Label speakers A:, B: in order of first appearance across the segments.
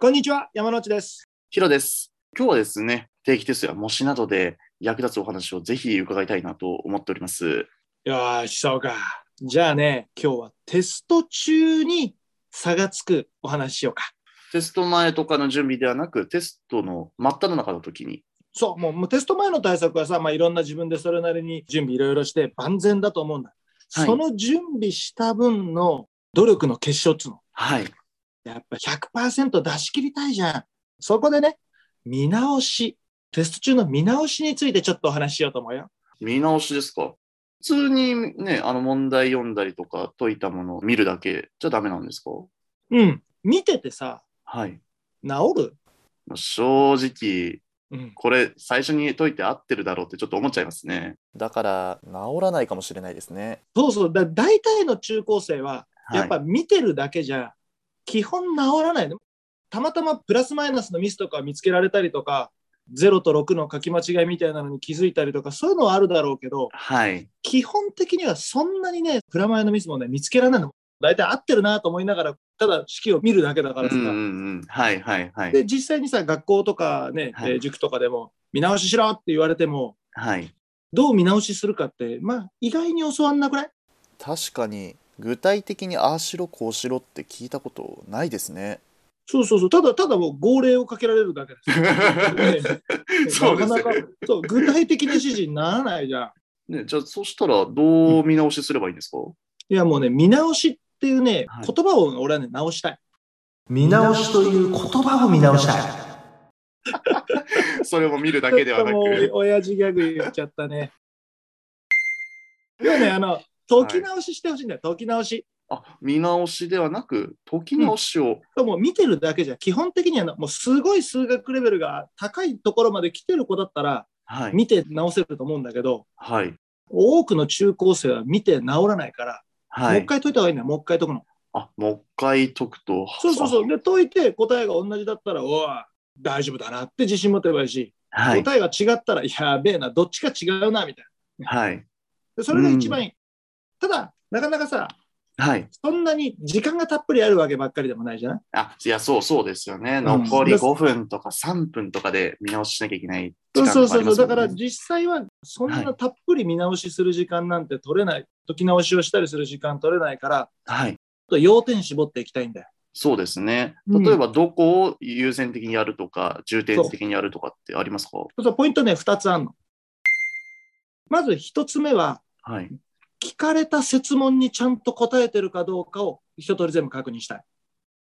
A: こんにちは、山内です。
B: ヒロです。今日はですね、定期テストや模試などで役立つお話をぜひ伺いたいなと思っております。
A: よーし、そうか。じゃあね、今日はテスト中に差がつくお話しようか。
B: テスト前とかの準備ではなく、テストの真っ只中の時に。
A: そう、もうもうテスト前の対策はさ、まあ、いろんな自分でそれなりに準備いろいろして万全だと思うんだ。
B: はい
A: その準備した分の努力の結晶っつうの。
B: はい。
A: やっぱ100%出し切りたいじゃん。そこでね、見直し、テスト中の見直しについてちょっとお話ししようと思うよ。
B: 見直しですか普通にね、あの問題読んだりとか解いたものを見るだけじゃダメなんですか
A: うん。見ててさ、
B: はい。
A: 治る
B: 正直、
A: うん。
B: これ最初に解いて合ってるだろうってちょっと思っちゃいますね。
C: だから治らないかもしれないですね。
A: そうそう。だ大体の中高生は、
B: はい、
A: やっぱ見てるだけじゃ、基本治らないね。たまたまプラスマイナスのミスとか見つけられたりとか、0と6の書き間違いみたいなのに気づいたりとか、そういうのはあるだろうけど、
B: はい。
A: 基本的にはそんなにね、プラマイのミスもね、見つけられないの。大体合ってるなと思いながら、ただ式を見るだけだから
B: う
A: さ。
B: んうんうん。はいはいはい。
A: で、実際にさ、学校とかね、
B: はい
A: えー塾とかでも、見直ししろって言われても、
B: はい。
A: どう見直しするかって、まあ、意外に教わんなくない
C: 確かに具体的にああしろこうしろって聞いたことないですね。
A: そうそうそう、ただただもう号令をかけられるだけです。 ね
B: そうです
A: なかなかそう具体的な指示にならないじゃん。
B: ね、じゃあ、そしたら、どう見直しすればいいんですか、
A: いやもうね、見直しっていうね、
B: はい
A: 言葉を俺はね、直したい。
D: 見直しという言葉を見直したい。
B: それも見るだけ ではな
A: ちょっともう
B: く。
A: 親父ギャグ言っちゃったね。要はね、あの、解き直ししてほしいんだよ、解き直し。
B: あ、見直しではなく、解き直しを。
A: もう見てるだけじゃ、基本的にはあのもうすごい数学レベルが高いところまで来てる子だったら、
B: はい。
A: 見て直せると思うんだけど、
B: はい。
A: 多くの中高生は見て直らないから、も
B: は
A: う一
B: い。
A: 回解いた方がいいんだよ、もう一回解くの。
B: あ、もう一回解くと。
A: そうそうそう。
B: う。
A: で、解いて答えが同じだったら、おい、大丈夫だなって自信持てばいいし、
B: はい。
A: 答えが違ったら、やべえな、どっちか違うな、みたいな。
B: はい。
A: でそれが一番いい。ただ、なかなかさ、
B: はい。
A: そんなに時間がたっぷりあるわけばっかりでもないじゃない
B: あ、いや、そうそうですよね。
A: ん
B: 残り
A: です
B: 5分とか3分とかで見直ししなきゃいけない時
A: そうそう
B: 間もあ
A: そ
B: り
A: う
B: ま
A: そう。だ
B: すもんね
A: から実際は、そんなたっぷり見直しする時間なんて取れない。解き直しをしたりする時間取れないから、
B: はい。
A: ちょっと要点絞っていきたいんだよ。
B: そうですね。
A: うん
B: 例えば、どこを優先的にやるとか、重点的にやるとかってありますか
A: そうそうポイントね、2つあるの。まず1つ目は、
B: はい。
A: 聞かれた設問にちゃんと答えてるかどうかを一通り全部確認したい。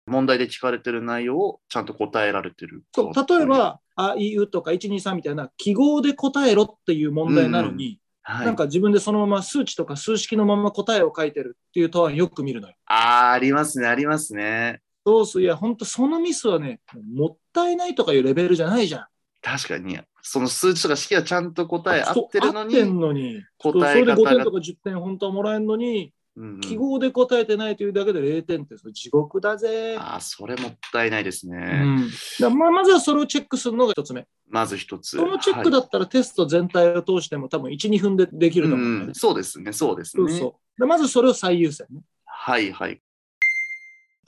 B: 問題で聞かれてる内容をちゃんと答えられてるか
A: そう例え、ば、あいうとか123みたいな記号で答えろっていう問題なのに、
B: はい、
A: なんか自分でそのまま数値とか数式のまま答えを書いてるっていう答案よく見るのよ。
B: あーありますね、ありますね。
A: そうすいや、本当そのミスはね、もったいないとかいうレベルじゃないじゃん。
B: 確かに、その数値とか式はちゃんと答え合ってるの
A: そう合って
B: に、
A: んのにそうそ
B: 答
A: れ
B: え
A: で
B: 方
A: 5点
B: が
A: と、か10点本当はもらえるのに、
B: うんうん
A: 記号で答えてないというだけで0点って、それ地獄だぜ。
B: ああ、それもったいないです
A: う
B: ね。
A: ん、だからまあまずはそれをチェックするのが一つ目。
B: まず一つ。
A: そのチェック
B: は
A: だったらテスト全体を通しても多分1、2分ででき
B: い
A: ると
B: う
A: 思うんだよ
B: ん
A: ね。
B: そうですね、そうです
A: そう
B: ね。
A: そう。でまずそれを最優先ね。
B: はいはい。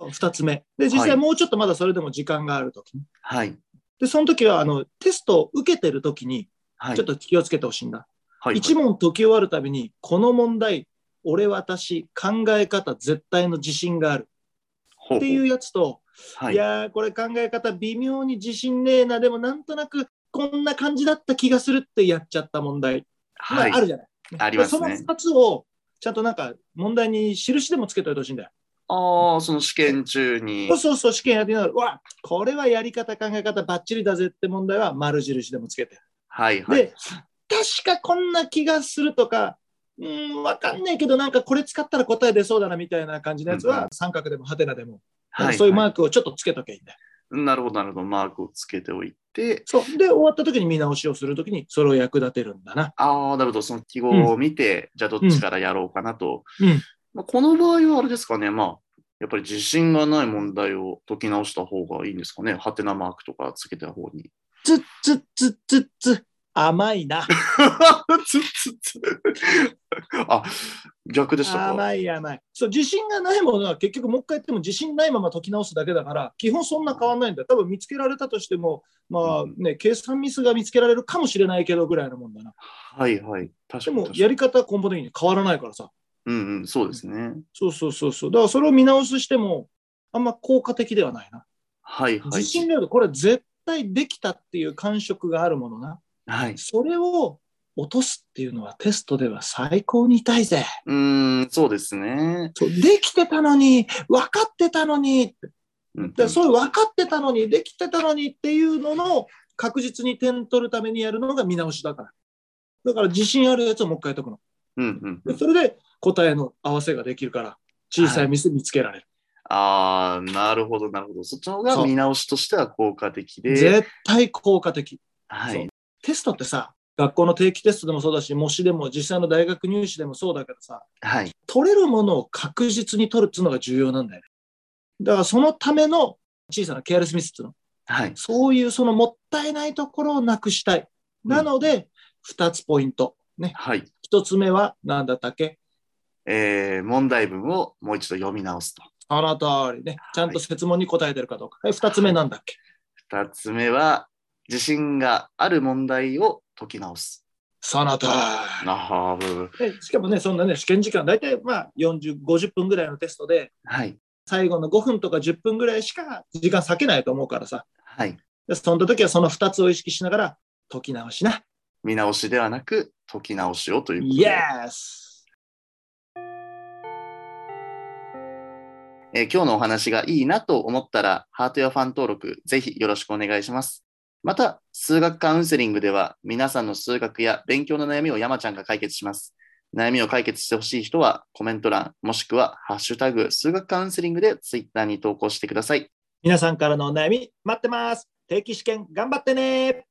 A: 2つ目。で、実
B: は
A: 際
B: い
A: もうちょっとまだそれでも時間があるとき、ね
B: はい。
A: で、その時はあのテストを受けてるときに
B: はい。
A: ちょっと気をつけてほしいんだ。
B: はい、
A: 一問解き終わるたびに、この問題、俺私考え方絶対の自信がある
B: ほうほう
A: っていうやつと、
B: はい
A: い、やーこれ考え方微妙に自信ねえなでもなんとなくこんな感じだった気がするってやっちゃった問題、まあ
B: はい
A: あるじゃない
B: あります
A: で
B: ね
A: そ。の2つをちゃんとなんか問題に印でもつけておいてほしいんだよ。
B: ああ、その試験中に
A: そう。そうそう試験やってながら、うわこれはやり方考え方ばっちりだぜって問題は丸印でもつけて。
B: はいはい。
A: で、確かこんな気がするとか、うーん、わかんないけど、なんかこれ使ったら答え出そうだなみたいな感じのやつ
B: うんう
A: は、三角でもハテナでも、なん
B: は
A: か
B: い
A: そういうマ
B: は
A: ークをちょっとつけとけばいいんだよ。
B: いなるほど、なるほど。マークをつけておいて、
A: そう。で、終わった時に見直しをする時に、それを役立てるんだな。
B: ああ、なるほど。その記号を見て、じゃあどっちからやろうかなと。
A: うん
B: まあ、この場合はあれですかね、まあ、やっぱり自信がない問題を解 き直した方がいいんですかね。ハテナマークとかつけた方に。
A: つっつっつっつっつ、甘い な。
B: つつつあ、逆でしたか。
A: 甘い甘い。そう、自信がないものは結局もう一回言っても自信ないまま解き直すだけだから、基本そんな変わんないんだよ。多分見つけられたとしても、まあね、計算ミスが見つけられるかもしれないけどぐらいのもんだな。
B: はいはい。確
A: で
B: かに
A: も
B: 確か
A: や
B: に。
A: り方は根本的に変わらないからさ。
B: うんうん、そうですね。
A: そうそうそうそう。だからそれを見直すしても、あんま効果的ではないな。
B: はいはい。
A: 自信があると、これは絶対できたっていう感触があるものな。
B: はい。
A: それを落とすっていうのはテストでは最高に痛いぜ。
B: うーん、そうですね。
A: そうできてたのに、分かってたのにって
B: うんうん
A: だからそういう分かってたのに、できてたのにっていうのの確実に点取るためにやるのが見直しだから。だから自信あるやつをもう一回解くの。
B: うんうんう
A: で
B: ん。
A: それで答えの合わせができるから、小さいミス見つけられる。
B: ああ、なるほど、なるほど。そっちの方
A: そ
B: が
A: う
B: 見直しとしては効果的で。
A: 絶対効果的。
B: は
A: そう
B: い。
A: テストってさ、学校の定期テストでもそうだし、模試でも実際の大学入試でもそうだけどさ、
B: はい。
A: 取れるものを確実に取るっていうのが重要なんだよね。だからそのための小さなケアレスミスっていうの。
B: はい。
A: そういうそのもったいないところをなくしたい。なので、2つポイント。ね。
B: はい。
A: 1つ目は何だったっけ
B: えー、問題文をもう一度読み直すと。
A: その通りね。ちゃんと説問に答えてるかどうか。はい、2つ目なんだっけ
B: 二つ目は、自信がある問題を解き直す。
A: その通
B: あはーぶー
A: り。でしかもね、そんなね、試験時間、大体まあ40、50分ぐらいのテストで、
B: はい。
A: 最後の5分とか10分ぐらいしか時間割けないと思うからさ。
B: はい。
A: でそんな時はその2つを意識しながら解き直しな。
B: 見直しではなく、解き直しをということ
A: イ
B: で。
A: エス
B: えー今日のお話がいいなと思ったら、ハートやファン登録、ぜひよろしくお願いします。また、数学カウンセリングでは、皆さんの数学や勉強の悩みを山ちゃんが解決します。悩みを解決してほしい人は、コメント欄、もしくは、ハッシュタグ、数学カウンセリングでツイッターに投稿してください。
A: 皆さんからのお悩み待ってます。定期試験頑張ってね